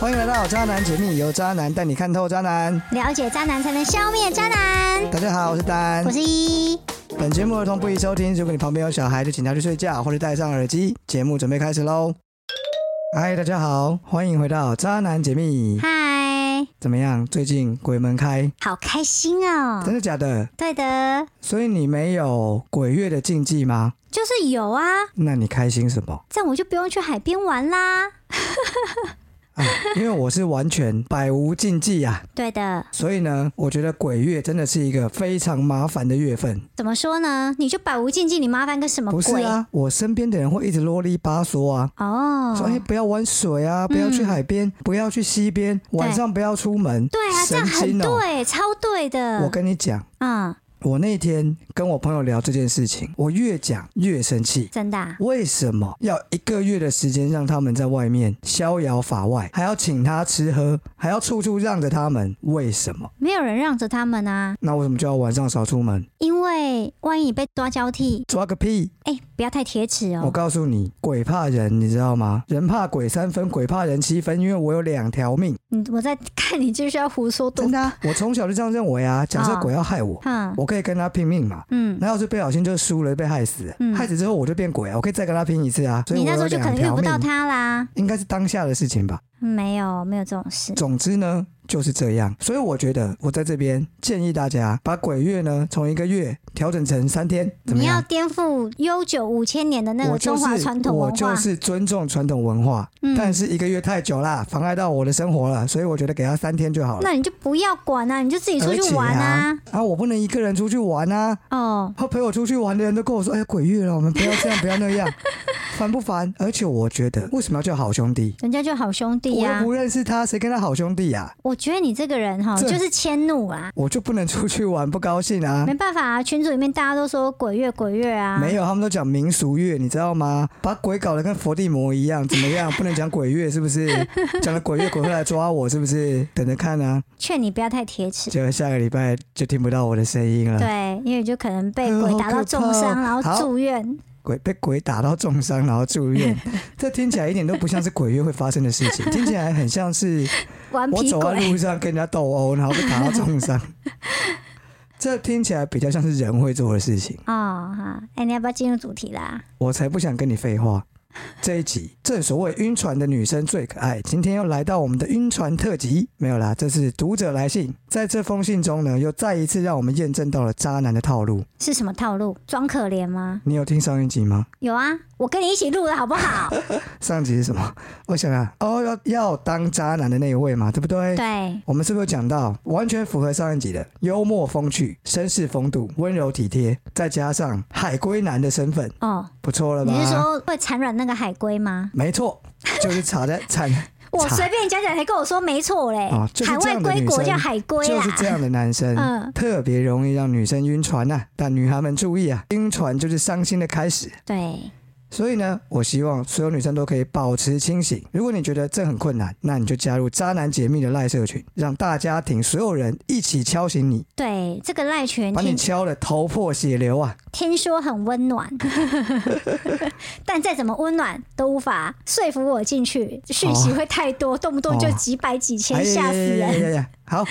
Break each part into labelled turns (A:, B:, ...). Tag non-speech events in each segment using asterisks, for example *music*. A: 欢迎来到《渣男解密》，由渣男带你看透渣男。
B: 了解渣男才能消灭渣男。
A: 大家好，我是丹
B: 我。是一，
A: 本节目儿童不宜收听，如果你旁边有小孩，就请他去睡觉或者戴上耳机。节目准备开始喽！嗨，大家好，欢迎回到《渣男解密》。
B: 嗨，
A: 怎么样？最近鬼门开，
B: 好开心
A: 真
B: 哦。
A: 的假的？
B: 对的，
A: 所以你没有鬼月的禁忌吗？
B: 就是有啊，
A: 那你开心什么？
B: 这样我就不用去海边玩啦。
A: 哎，因为我是完全百无禁忌啊，
B: 对的，
A: 所以呢，我觉得鬼月真的是一个非常麻烦的月份。
B: 怎么说呢？你就百无禁忌，你麻烦个什么
A: 不
B: 鬼？
A: 是啊，我身边的人会一直啰里吧嗦啊，
B: 哦，
A: 说哎、不要玩水
B: 嗯
A: 啊，不要去海边，不要去溪边，晚上不要出门。
B: 对啊，这
A: 神
B: 样很
A: 经哦、
B: 对，超对的。
A: 我跟你讲，
B: 嗯，
A: 我那天跟我朋友聊这件事情，我越讲越生气。
B: 真的啊、
A: 为什么要一个月的时间让他们在外面逍遥法外，还要请他吃喝，还要处处让着他们？为什么？
B: 没有人让着他们啊，
A: 那为什么就要晚上少出门？
B: 因为万一你被抓交替，
A: 抓个屁！
B: 哎，不要太铁齿
A: 我
B: 哦。
A: 告诉你，鬼怕人，你知道吗？人怕鬼三分，鬼怕人七分，因为我有两条命，
B: 你嗯我在看你就是要胡说多
A: 真。的啊、我从小就这样认为啊。假设
B: 哦
A: 鬼要害我，
B: 嗯
A: 我可以跟他拼命嘛。
B: 嗯，
A: 然后就不小心就输了，被害死了。
B: 嗯
A: 害死之后我就变鬼啊，我可以再跟他拼一次啊。所以
B: 你
A: 我
B: 那时
A: 有
B: 候就可
A: 两
B: 能遇
A: 条
B: 不到
A: 命，
B: 他啦。
A: 应该是当下的事情吧。
B: 没有，没有这种事。
A: 总之呢，就是这样。所以我觉得，我在这边建议大家把鬼月呢从一个月调整成三天，怎么
B: 你要
A: 样？
B: 颠覆悠久五千年的那
A: 我
B: 个
A: 就
B: 中华
A: 是
B: 传统文
A: 我
B: 化。
A: 就是尊重传统文化，
B: 嗯
A: 但是一个月太久啦，妨碍到我的生活了，所以我觉得给他三天就好了。
B: 那你就不要管啊，你就自己出
A: 而
B: 去
A: 且
B: 玩
A: 啊！啊，我不能一个人出去玩啊！
B: 哦，
A: 他陪我出去玩的人都跟我说：“哎呀，鬼月了，我们不要这样，不要那
B: *laughs*
A: 样，烦不烦？”而且我觉得，为什么要叫好兄弟？
B: 人家就好兄弟
A: 我又
B: 呀、
A: 不认识他，谁跟他好兄弟呀、啊？
B: 我觉得你这个人哈，
A: 这
B: 就是迁怒啊，
A: 我就不能出去玩，不高兴啊！
B: 没办法啊，群组里面大家都说鬼月鬼月啊，
A: 没有，他们都讲民俗乐，你知道吗？把鬼搞得跟佛地魔一样，怎么样？不能讲鬼乐是不
B: *laughs*
A: 是？讲了鬼乐，鬼会来抓我是不是？等着看啊！
B: 劝你不要太铁齿。
A: 结果下个礼拜就听不到我的声音了，
B: 对，因为你就可能被
A: 哎
B: 鬼
A: 好
B: 打
A: 啊可
B: 到
A: 怕
B: 重
A: 哦
B: 伤，然
A: 好
B: 后住院。
A: 鬼被鬼打到重伤，然后住
B: *laughs*
A: 院，这听起来一点都不像是鬼月会发生的事情，听起来很像是
B: 顽
A: 我
B: 皮
A: 走啊在
B: 鬼，
A: 路上跟人家斗殴，然后被打到重伤。这听起来比较像是人会做的事情，
B: 哦哈，哎、你要不要进入主题啦？
A: 我才不想跟你废话。这一集正所谓晕船的女生最可爱，今天又来到我们的晕船特辑，没有啦，这是读者来信。在这封信中呢，又再一次让我们验证到了渣男的套路。
B: 是什么套路？装可怜吗？
A: 你有听上一集吗？
B: 有啊，我跟你一起录的好不好？
A: 上集是什么？我想想，哦，要要当渣男的那一位嘛，对不对？
B: 对，
A: 我们是不是有讲到完全符合上一集的幽默风趣、绅士风度、温柔体贴，再加上海归男的身份，
B: 哦，
A: 不错了吧？
B: 你是说会产卵那个海龟吗？
A: 没错，就是插
B: *laughs*
A: 在产，
B: 我
A: 查
B: 随便讲讲，才跟我说没错嘞。
A: 哦就是
B: 海
A: 这
B: 外
A: 样的
B: 归
A: 女
B: 国
A: 生
B: 叫海龟
A: 就
B: 啦。
A: 是这样的男生，
B: 嗯
A: 特别容易让女生晕船呐、但女孩们注意啊，晕船就是伤心的开始。
B: 对，
A: 所以呢，我希望所有女生都可以保持清醒。如果你觉得这很困难，那你就加入渣男解密的赖社群，让大家庭所有人一起敲醒你，
B: 对，这个赖群
A: 把你
B: 听
A: 敲得头破血流啊！
B: 听说很
A: *laughs*
B: 温暖，但再怎么温暖都无法说服我进去，讯息会太多，动不动就
A: 哦
B: 几百几
A: 哎
B: 千，
A: 呀
B: 吓死
A: 呀呀
B: 人。
A: 呀呀！好，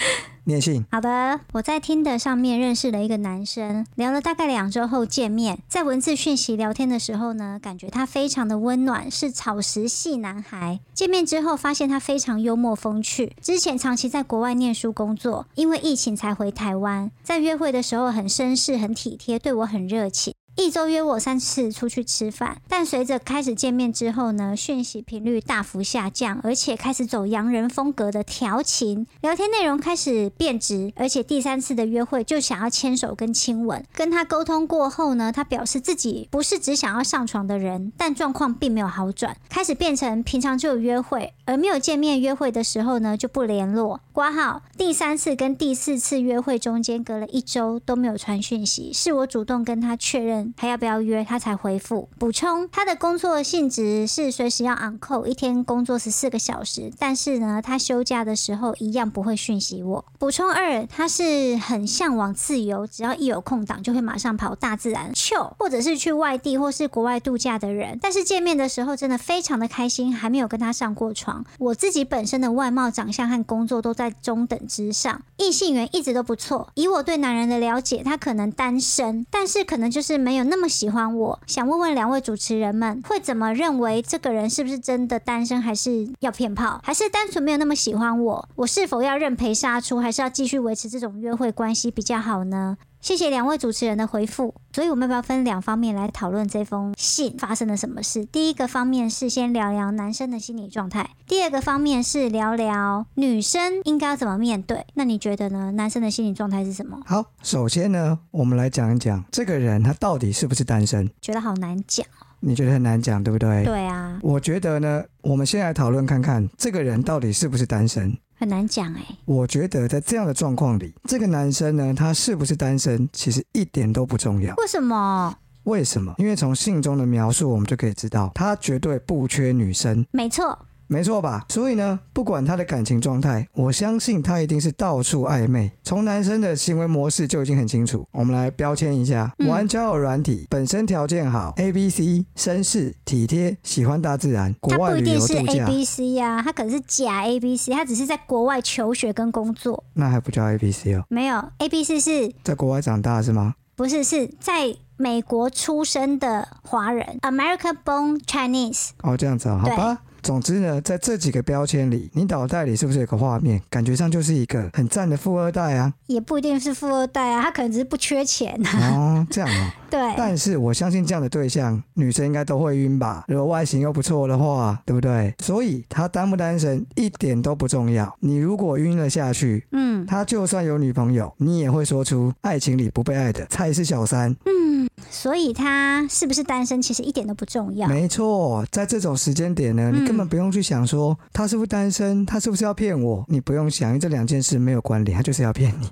A: 念信。
B: 好的，我在 Tinder 上面认识了一个男生，聊了大概两周后见面，在文字讯息聊天的时候呢，感觉他非常的温暖，是草食系男孩。见面之后发现他非常幽默风趣，之前长期在国外念书工作，因为疫情才回台湾。在约会的时候很绅士、很体贴，对我很热情。一周约我三次出去吃饭，但随着开始见面之后呢，讯息频率大幅下降，而且开始走洋人风格的调情，聊天内容开始变质，而且第三次的约会就想要牵手跟亲吻。跟他沟通过后呢，他表示自己不是只想要上床的人，但状况并没有好转，开始变成平常就有约会，而没有见面约会的时候呢，就不联络。挂号第三次跟第四次约会中间隔了一周都没有传讯息，是我主动跟他确认还要不要约，他才回复。补充，他的工作性质是随时要 on call，一天工作十四个小时，但是呢，他休假的时候一样不会讯息我。补充二，他是很向往自由，只要一有空档就会马上跑大自然 chill，或者是去外地或是国外度假的人。但是见面的时候真的非常的开心，还没有跟他上过床。我自己本身的外貌、长相和工作都在中等之上，异性缘一直都不错。以我对男人的了解，他可能单身，但是可能就是没有那么喜欢我。想问问两位主持人们，会怎么认为这个人是不是真的单身，还是要骗炮，还是单纯没有那么喜欢我？我是否要认赔杀出，还是要继续维持这种约会关系比较好呢？谢谢两位主持人的回复。所以我们要不要分两方面来讨论这封信发生了什么事？第一个方面是先聊聊男生的心理状态，第二个方面是聊聊女生应该要怎么面对。那你觉得呢？男生的心理状态是什么？
A: 好，首先呢，我们来讲一讲这个人他到底是不是单身，
B: 觉得好难讲。
A: 你觉得很难讲，对不对？
B: 对啊，
A: 我觉得呢，我们先来讨论看看这个人到底是不是单身。
B: 很难讲哎、
A: 我觉得在这样的状况里，这个男生呢，他是不是单身，其实一点都不重要。
B: 为什么？
A: 为什么？因为从信中的描述，我们就可以知道，他绝对不缺女生，
B: 没错，
A: 没错吧？所以呢，不管他的感情状态，我相信他一定是到处暧昧。从男生的行为模式就已经很清楚。我们来标签一下：
B: 嗯
A: 玩交友软体，本身条件好，A B C，绅士、体贴，喜欢大自然，国
B: 他
A: 外
B: 不一
A: 旅
B: 定
A: 游
B: 是
A: 度
B: A
A: 假，
B: B C 呀、啊，他可能是假 A B C，他只是在国外求学跟工作，
A: 那还不叫 A B C 哦，
B: 没有 A B C 是
A: 在国外长大是吗？
B: 不是是在美国出生的华人 （American born Chinese）？
A: 哦，这样子啊，好
B: 对
A: 吧。总之呢，在这几个标签里，你脑袋里是不是有个画面？感觉上就是一个很赞的富二代
B: *laughs*
A: 啊。
B: 也不一定是富二代啊，他可能只是不缺钱。 *laughs*
A: 哦，这样哦。
B: 对，
A: 但是我相信这样的对象，女生应该都会晕吧？如果外形又不错的话，对不对？所以他单不单身一点都不重要。你如果晕了下去，
B: 嗯
A: 他就算有女朋友，你也会说出“爱情里不被爱的菜是小三
B: 嗯，所以他是不是单身其实一点都不重”。要。
A: 没错，在这种时间点呢，
B: 嗯
A: 你根本不用去想说他是不是单身，他是不是要骗我，你不用想，因为这两件事没有关联，他就是要骗
B: *laughs*
A: 你。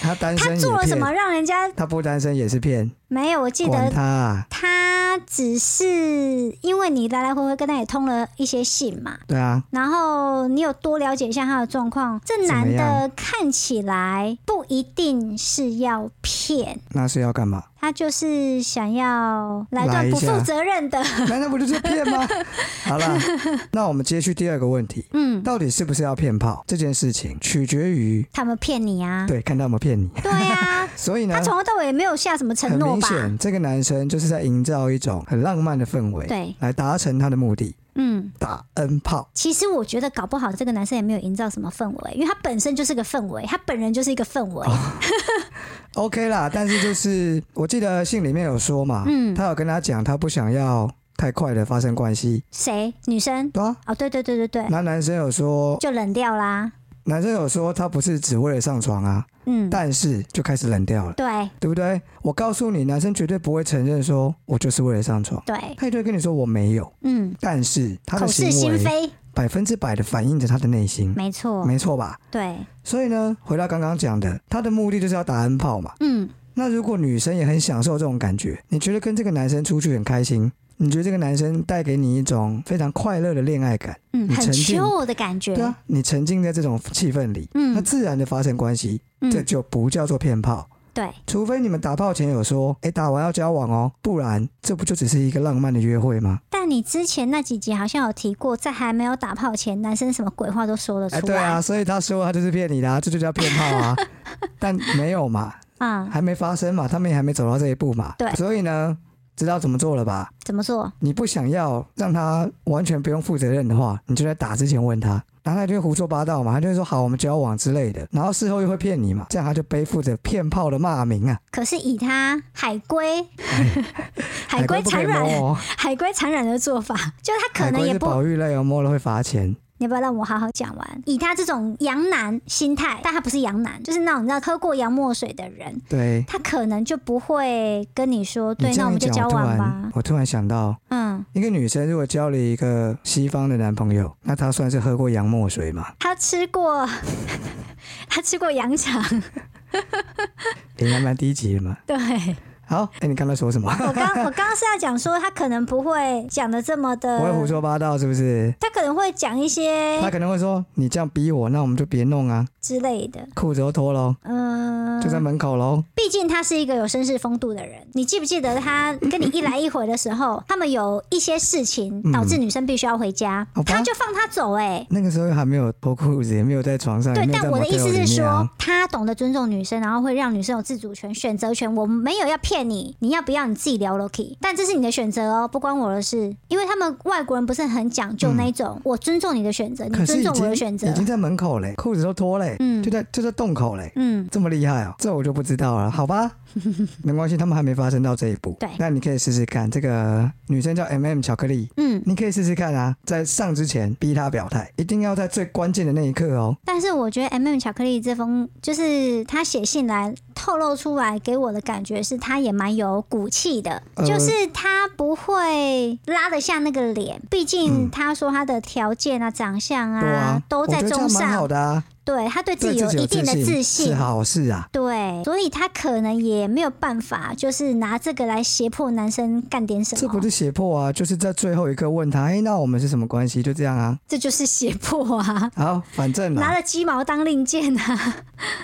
A: 他单
B: 他
A: 身也
B: 做了什么
A: 骗，
B: 让人家
A: 他不单身也是骗，
B: 没有？我记
A: 管
B: 得
A: 他、啊。
B: 他只是因为你来来回回跟他也通了一些信嘛，
A: 对啊，
B: 然后你有多了解一下他的状况。这
A: 怎么
B: 男的
A: 样
B: 看起来不一定是要骗。
A: 那是要干嘛？
B: 他就是想要来段
A: 来一
B: 不负
A: 下
B: 责任的， *laughs*
A: 难道不就是骗吗？好了，那我们接续第二个问题，
B: 嗯，
A: 到底是不是要骗炮这件事情，取决于
B: 他们骗你啊，
A: 对看他有没有骗你。
B: 对啊，
A: *laughs* 所以呢
B: 他，从头到尾也没有下什么承
A: 很
B: 诺
A: 明
B: 吧？
A: 显，这个男生就是在营造一种很浪漫的氛围，
B: 对，
A: 来达成他的目的，
B: 嗯，
A: 打 N 炮。
B: 其实我觉得搞不好这个男生也没有营造什么氛围，因为他本身就是个氛围，他本人就是一个氛围。
A: 哦 OK 啦，但是就是 *laughs* 我记得信里面有说嘛，
B: 嗯
A: 他有跟他讲，他不想要太快的发生关系，
B: 谁？女生？
A: 对啊。
B: 哦，对对对对对，
A: 那男生有说，
B: 就冷掉啦。
A: 男生有说他不是只为了上床啊，
B: 嗯，
A: 但是就开始冷掉了。
B: 对
A: 对不对？我告诉你，男生绝对不会承认说我就是为了上床，
B: 对，
A: 他一定会跟你说我没有，
B: 嗯，
A: 但是他
B: 口
A: 的
B: 是
A: 行
B: 心
A: 为
B: 非，
A: 百分之百的反映着他的内心，
B: 没错，
A: 没错吧？
B: 对，
A: 所以呢，回到刚刚讲的，他的目的就是要打恩炮嘛。
B: 嗯，
A: 那如果女生也很享受这种感觉，你觉得跟这个男生出去很开心？你觉得这个男生带给你一种非常快乐的恋爱感，
B: 嗯，
A: 你
B: 很
A: 沉浸
B: chill 的感觉
A: 对。啊，你沉浸在这种气氛里，那
B: 嗯
A: 自然的发生关系，这
B: 嗯，
A: 就不叫做骗炮。
B: 对，
A: 除非你们打炮前有说，哎、打完要交往哦，不然这不就只是一个浪漫的约会吗？
B: 但你之前那几集好像有提过，在还没有打炮前，男生什么鬼话都说得
A: 哎、
B: 出
A: 对啊，
B: 来。
A: 所以他说他就是骗你的、啊，这就叫骗炮
B: *laughs*
A: 啊。但没有嘛，
B: 啊，
A: 还没发生嘛，他们也还没走到这一步嘛。
B: 对
A: 所以呢，知道怎么做了吧？
B: 怎么做？
A: 你不想要让他完全不用负责任的话，你就在打之前问他，然后他就会胡说八道嘛，他就会说好我们交往之类的，然后事后又会骗你嘛，这样他就背负着骗炮的骂名啊，
B: 可是以他海
A: *laughs*
B: 龟、海龟
A: 不可
B: 产
A: 以
B: 卵、
A: 摸哦，
B: 海龟产卵的做法，就是他可
A: 海
B: 能
A: 龟
B: 也
A: 是
B: 不
A: 保育类哦，摸了会罚钱。
B: 你要不要让我好好讲完？以他这种洋男心态，但他不是洋男，就是那种你知道喝过洋墨水的人，
A: 对，
B: 他可能就不会跟你说，对，
A: 你这
B: 那我
A: 样
B: 们
A: 一
B: 就
A: 讲，
B: 交
A: 我突
B: 往
A: 然
B: 吧。
A: 我突然想到，
B: 嗯，
A: 一个女生如果交了一个西方的男朋友，那她算是喝过洋墨水吗？
B: 他吃过， *laughs* 他吃过羊肠，
A: 也还蛮低级的嘛。
B: 对
A: 好，哎、你刚才说什么？ *laughs*
B: 我刚我刚刚是要讲说，他可能不会讲的这么
A: 我会胡
B: 的，
A: 说八道是不是？
B: 他可能会讲一
A: 她
B: 些
A: 可能会说：“你这样逼我，那我们就别弄啊，
B: 之类的，
A: 裤子都脱喽，
B: 嗯，
A: 就在门口喽。
B: 毕竟他是一个有绅士风度的人，你记不记得他跟你一来一回的时候，他们有一些事情导致女生必须要回家，
A: 好吧
B: 他就放他走、哎。
A: 那个时候还没有脱裤子，也没有在床上，也
B: 对，
A: 没有
B: 但
A: 在
B: 我的
A: motel
B: 意思是
A: 里面啊
B: 说，他懂得尊重女生，然后会让女生有自主权、选择权。我没有要骗你，你要不要你自己聊 Loki，但这是你的选择哦，不关我的事。因为他们外国人不是很讲究那一种，我尊重你的选择，你
A: 可是
B: 尊
A: 已
B: 重
A: 经
B: 我的选择
A: 嗯已。经在门口嘞，裤子都脱嘞，
B: 嗯
A: 就在就在洞口嘞，
B: 嗯，
A: 这么厉害哦、这我就不知道了，好
B: *laughs*
A: 吧，没关系，他们还没发生到这一步。
B: 对
A: 那你可以试试看，这个女生叫 M、m 巧克力，
B: 嗯，
A: 你可以试试看啊，在上之前逼她表态，一定要在最关键的那一刻哦、
B: 但是我觉得 M、m 巧克力这封，就是他写信来透露出来给我的感觉是，他也蛮有骨气的，
A: 呃
B: 就是他不会拉得下那个脸，毕竟他说他的条件啊、长相
A: 对啊，
B: 都在
A: 我觉得
B: 中
A: 这样蛮
B: 上，
A: 好的啊，
B: 对他对自
A: 对
B: 己有
A: 自己
B: 一定的自
A: 是
B: 信。
A: 好事啊。
B: 对，所以他可能也没有办法，就是拿这个来胁迫男生干点什么。
A: 这不是胁迫啊，就是在最后一刻问他，哎、那我们是什么关系？就这样啊。
B: 这就是胁迫
A: *laughs*
B: 啊！
A: 好，反正啦
B: 拿了鸡毛当令箭啊！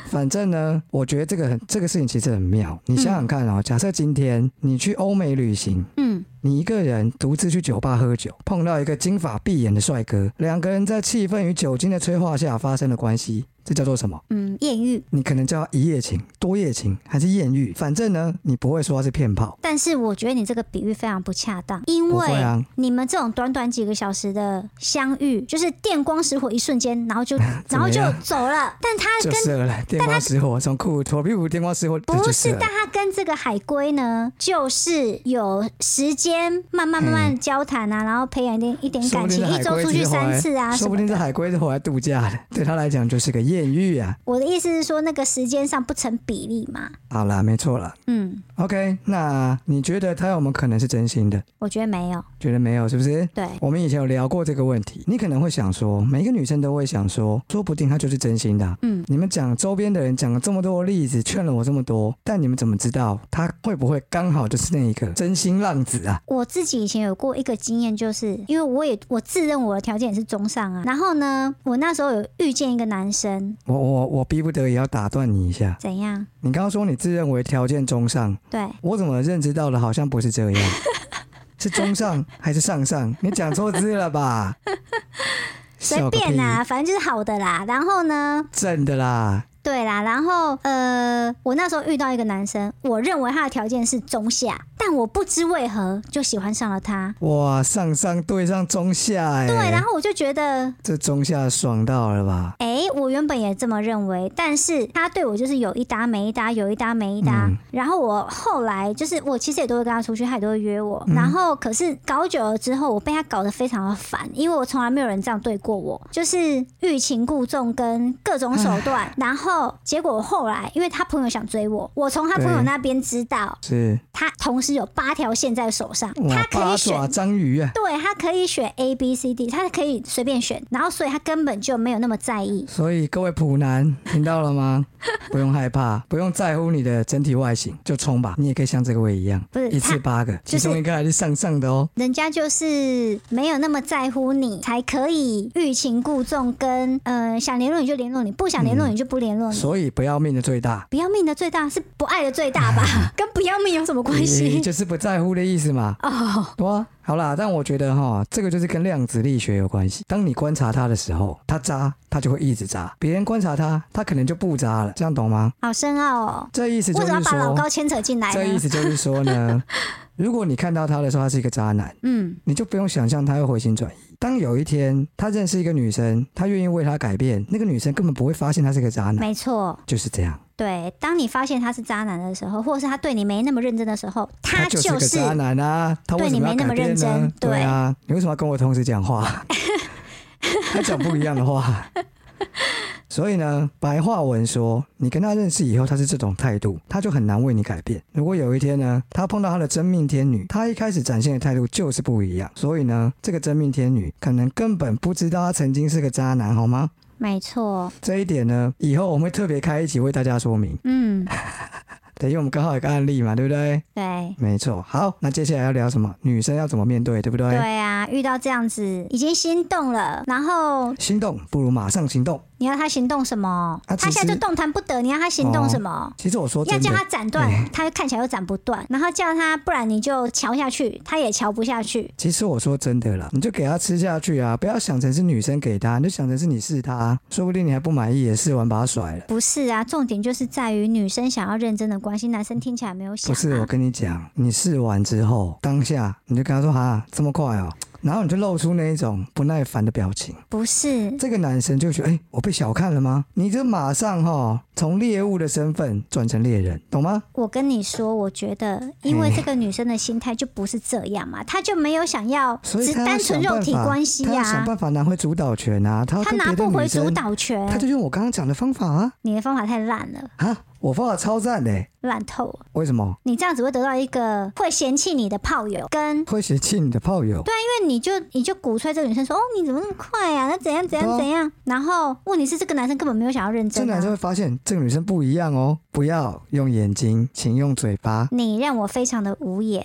A: 反正呢，我觉得这个很这个事情其实很妙。你想想看哦，假设今天你去欧美旅行，
B: 嗯，
A: 你一个人独自去酒吧喝酒，碰到一个金发碧眼的帅哥，两个人在气氛与酒精的催化下发生了关系，这叫做什么？
B: 嗯，艳遇。
A: 你可能叫他一夜情、多夜情还是艳遇？反正呢，你不会说他是骗炮。
B: 但是我觉得你这个比喻非常不恰当，因
A: 不会
B: 为
A: 啊
B: 你们这种短短几个小时的相遇，就是电光石火，一瞬间，然后就
A: *laughs* 怎
B: 然后
A: 么
B: 就
A: 样
B: 走了。但他
A: 就
B: 跟
A: 是了，电光石火，从裤子脱屁股，电光石火，这
B: 不，
A: 就是了
B: 但他跟这个海龟呢，就是有时间慢慢慢慢交谈啊，然后培养一点一点
A: 嗯说
B: 感
A: 不定
B: 情，
A: 这
B: 一
A: 海
B: 周
A: 龟哎
B: 出
A: 只
B: 去
A: 是回
B: 三
A: 来
B: 次啊什
A: 说不
B: 么
A: 定
B: 的。
A: 这海龟是回来度假的，对他来讲就是个艳遇啊。
B: 我的意思是说，那个时间上不成比例嘛。
A: 好啦，没错啦。
B: 嗯，
A: OK，那你觉得他有没有可能是真心的？
B: 我觉得没有。
A: 觉得没有，是不是？
B: 对，
A: 我们以前有聊过这个问题，你可能会想说，每一个女生都会想说，说不定他就是真心的啊、
B: 嗯，
A: 你们讲周边的人讲了这么多的例子，劝了我这么多，但你们怎么知道他会不会刚好就是那一个真心浪子啊？
B: 我自己以前有过一个经验，就是因为我也我自认我的条件也是中上啊，然后呢，我那时候有遇见一个男生，
A: 我我我逼不得已要打断你一下，
B: 怎样？
A: 你刚刚说你自认为条件中上，
B: 对，
A: 我怎么认知到的好像不是这
B: *laughs*
A: 样？是中上还是上上？你讲错字了
B: *laughs*
A: 吧？
B: 随
A: 笑个
B: 便
A: 屁
B: 啦、反正就是好的啦。然后呢，
A: 正的啦，
B: 对啦，然后呃，我那时候遇到一个男生，我认为他的条件是中下，但我不知为何就喜欢上了他。
A: 哇，上上对上中下、欸，
B: 对，然后我就觉得，
A: 这中下爽到了吧？
B: 哎、我原本也这么认为，但是他对我就是有一搭没一搭，有一搭没一搭。
A: 嗯
B: 然后我后来就是，我其实也都会跟他出去，他也都会约我。
A: 嗯
B: 然后可是搞久了之后，我被他搞得非常的烦，因为我从来没有人这样对过我，就是欲擒故纵跟各种手段。然后结果后来，因为他朋友想追我，我从他朋友
A: 对
B: 那边知道。
A: 是
B: 他同时有八条线在手上，
A: 哇
B: 他，可
A: 八
B: 以选
A: 爪，章鱼啊！
B: 对他可以选 A B C D，他可以随便选，然后所以他根本就没有那么在意。
A: 所以各位普男，听到了
B: *laughs*
A: 吗？不用害怕，不用在乎你的整体外形，就冲吧！你也可以像这个位一样，
B: 不是
A: 一次
B: 他
A: 八个，
B: 就
A: 其
B: 是
A: 中一个还是上上的哦。
B: 人家就是没有那么在乎你，才可以欲擒故纵跟，呃想联络你就联络你，不想联络你就不联络你。
A: 所以不要命的最大，
B: 不要命的最大是不爱的最大吧？
A: *laughs*
B: 跟不要命有什么关
A: 也
B: 系？
A: 哎就是不在乎的意思嘛。
B: 哦，
A: 哇，好啦，但我觉得哈，这个就是跟量子力学有关系。当你观察他的时候，他渣，他就会一直渣；别人观察他，他可能就不渣了，这样懂吗？
B: 好深奥哦！
A: 这意思就
B: 为
A: 是
B: 什么要把老
A: 说，
B: 高啊牵扯进来
A: 这意
B: 呢？
A: 思就是说呢，
B: *laughs*
A: 如果你看到他的时候，他是一个渣男，
B: 嗯
A: 你就不用想象他会回心转意。当有一天他认识一个女生，他愿意为她改变，那个女生根本不会发现他是个渣男，
B: 没错，
A: 就是这样，
B: 对。当你发现他是渣男的时候，或者是他对你没那么认真的时候，他
A: 就
B: 就是
A: 个
B: 是
A: 渣男啊！他为
B: 对
A: 什
B: 你
A: 么要
B: 没那
A: 改
B: 么认
A: 变呢
B: 真？对 *laughs*
A: 对啊，你为什么要跟我同时讲话？他讲不一样的话。所以呢，白话文说，你跟他认识以后，他是这种态度，他就很难为你改变。如果有一天呢，他碰到他的真命天女，他一开始展现的态度就是不一样。所以呢，这个真命天女可能根本不知道他曾经是个渣男，好吗？
B: 没错，
A: 这一点呢，以后我们会特别开一集为大家说明。
B: 嗯，
A: 等于我们刚好有个案例嘛，对不对？ *laughs*
B: 对。
A: 没错。好，那接下来要聊什么？女生要怎么面对，对不对？
B: 对啊，遇到这样子已经心动了，然后
A: 心动不如马上行动。
B: 你要他行动什么？
A: 啊
B: 他
A: 其
B: 现
A: 实
B: 在就动弹不得，你要他行动
A: 哦
B: 什么？
A: 其实我说
B: 要
A: 真
B: 叫
A: 的，嗯
B: 他斩断，他看起来又斩不断；然后叫他，不然你就瞧下去，他也瞧不下去。
A: 其实我说真的啦，你就给他吃下去啊，不要想成是女生给他，你就想成是你试他啊，说不定你还不满意，也试完把他甩了。
B: 不是啊，重点就是在于女生想要认真的关心，男生听起来没有想、
A: 不
B: 啊。
A: 是，我跟你讲，你试完之后，当下你就跟他说哈，这么快哦、然后你就露出那一种不耐烦的表情，
B: 不是，
A: 这个男生就觉得，哎、我被小看了吗？你这马上哈，从猎物的身份转成猎人，懂吗？
B: 我跟你说，我觉得，因为这个女生的心态就不是这样嘛，她就没有想要
A: 所以
B: 只
A: 他要
B: 单
A: 想
B: 纯肉
A: 办
B: 体
A: 法
B: 关系
A: 他要
B: 呀、
A: 想办法拿回主导权啊，他要
B: 她
A: 跟
B: 拿
A: 别的
B: 不
A: 女
B: 回主
A: 生，
B: 导哎
A: 他
B: 权。
A: 就用我刚刚讲的方法啊，
B: 你的方法太烂了，
A: 啊，我方法超赞的、
B: 烂透了。
A: 为什么？
B: 你这样子会得到一个会嫌弃你的炮友，跟因
A: 会嫌弃你的炮友。
B: 为你就你就鼓吹这个女生说，哦，你怎么那么快啊？那怎样怎
A: 对
B: 样
A: 啊
B: 怎样？然后问题是这个男生根本没有想要认
A: 这
B: 真、
A: 男生
B: 啊。
A: 会发现这个女生不一样哦，不要用眼睛，请用嘴巴，
B: 你让我非常的无言。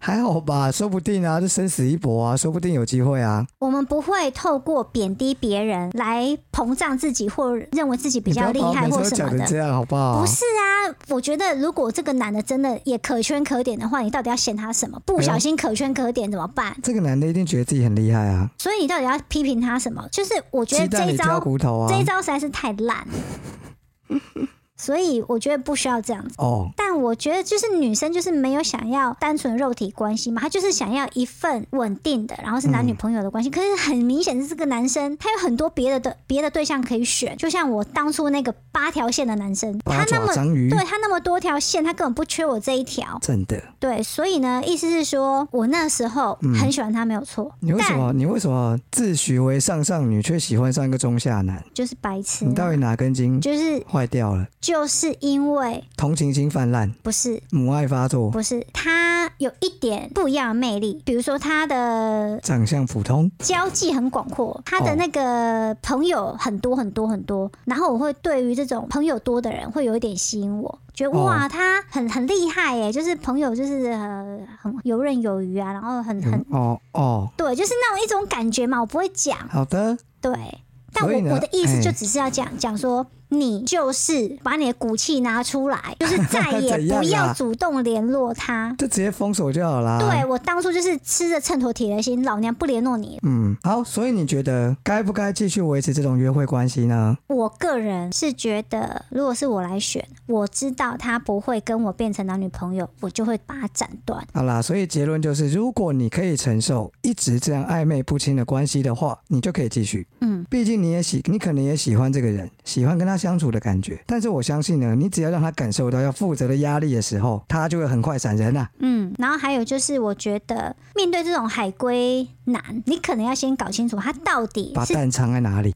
A: 还好吧？说不定啊，就生死一搏啊，说不定有机会啊。
B: 我们不会透过贬低别人来膨胀自己，或认为自己比
A: 你不
B: 较
A: 要
B: 厉
A: 把我
B: 害
A: 每次
B: 或
A: 都
B: 什
A: 讲
B: 么
A: 成
B: 的。
A: 这样，好不好？
B: 不是啊，我觉得如果这个男的真的也可圈可点的话，你到底要嫌他什么？不小心可圈可点怎么办？
A: 这个男的一定觉得自己很厉害啊，
B: 所以你到底要批评他什么？就是我觉
A: 鸡
B: 得
A: 蛋
B: 这
A: 里
B: 一
A: 挑
B: 招，
A: 骨头啊
B: 这。一招实在是太烂了。所以我觉得不需要这样子。
A: 哦，
B: 但我觉得就是女生就是没有想要单纯肉体关系嘛，她就是想要一份稳定的，然后是男女朋友的关系。可是很明显是这个男生，他有很多别的的别的对象可以选，就像我当初那个八条线的男生，他
A: 八
B: 那
A: 爪
B: 么。
A: 章鱼，
B: 对他那么多条线，他根本不缺我这一条。
A: 真的。
B: 对，所以呢，意思是说我那时候
A: 嗯
B: 很喜欢他，没有错，
A: 你为什
B: 但
A: 么？你为什么自诩为上上女，却喜欢上一个中下男？
B: 就是白痴啊、
A: 你到底哪根筋
B: 就是
A: 坏掉了？
B: 就是因为
A: 同情心泛滥，
B: 不是
A: 母爱发作，
B: 不是，他有一点不一样的魅力，比如说他的
A: 长相普通，
B: 交际很广阔，他的
A: 哦
B: 那个朋友很多很多很多，然后我会对于这种朋友多的人会有一点吸引我，觉得
A: 哦
B: 哇，他很很厉害耶，就是朋友就是呃很游刃有余啊，然后很很
A: 嗯，哦哦，
B: 对，就是那种一种感觉嘛，我不会讲。
A: 好的，
B: 对，但
A: 所以呢
B: 我我的意思
A: 哎
B: 就只是要讲讲说，你就是把你的骨气拿出
A: *laughs*
B: 来，就是再也
A: 怎样啊
B: 不要
A: 啦
B: 主动联络他。
A: 就直接封锁就好啦。
B: 对，我当初就是吃着秤砣铁了心，老娘不联络你。
A: 嗯，好，所以你觉得该不该继续维持这种约会关系呢？
B: 我个人是觉得，如果是我来选，我知道他不会跟我变成男女朋友，我就会把他斩断。
A: 好啦，所以结论就是，如果你可以承受一直这样暧昧不清的关系的话，你就可以继续。
B: 嗯，
A: 毕竟你也喜，你可能也喜欢这个人，喜欢跟他相处的感觉。但是我相信呢，你只要让他感受到要负责的压力的时候，他就会很快闪人啊
B: *laughs*
A: 啦、
B: 嗯，然后还有就是，我觉得面对这种海归男，你可能要先搞清楚他到底
A: 把
B: 是
A: 蛋藏在
B: *laughs*
A: 哪里？